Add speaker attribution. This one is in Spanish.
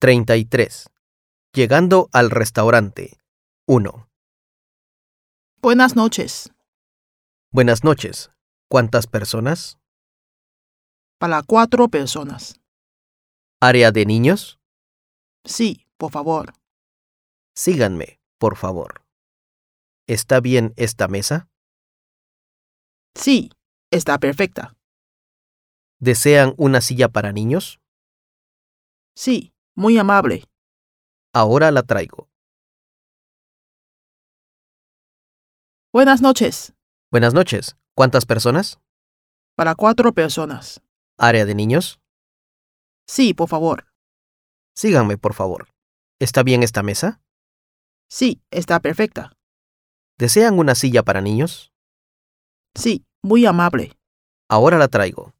Speaker 1: 33. Llegando al restaurante. 1.
Speaker 2: Buenas noches.
Speaker 1: Buenas noches. ¿Cuántas personas?
Speaker 2: Para cuatro personas.
Speaker 1: ¿Área de niños?
Speaker 2: Sí, por favor.
Speaker 1: Síganme, por favor. ¿Está bien esta mesa?
Speaker 2: Sí, está perfecta.
Speaker 1: ¿Desean una silla para niños?
Speaker 2: Sí, muy amable.
Speaker 1: Ahora la traigo.
Speaker 2: Buenas noches.
Speaker 1: Buenas noches. ¿Cuántas personas?
Speaker 2: Para cuatro personas.
Speaker 1: ¿Área de niños?
Speaker 2: Sí, por favor.
Speaker 1: Síganme, por favor. ¿Está bien esta mesa?
Speaker 2: Sí, está perfecta.
Speaker 1: ¿Desean una silla para niños?
Speaker 2: Sí, muy amable.
Speaker 1: Ahora la traigo.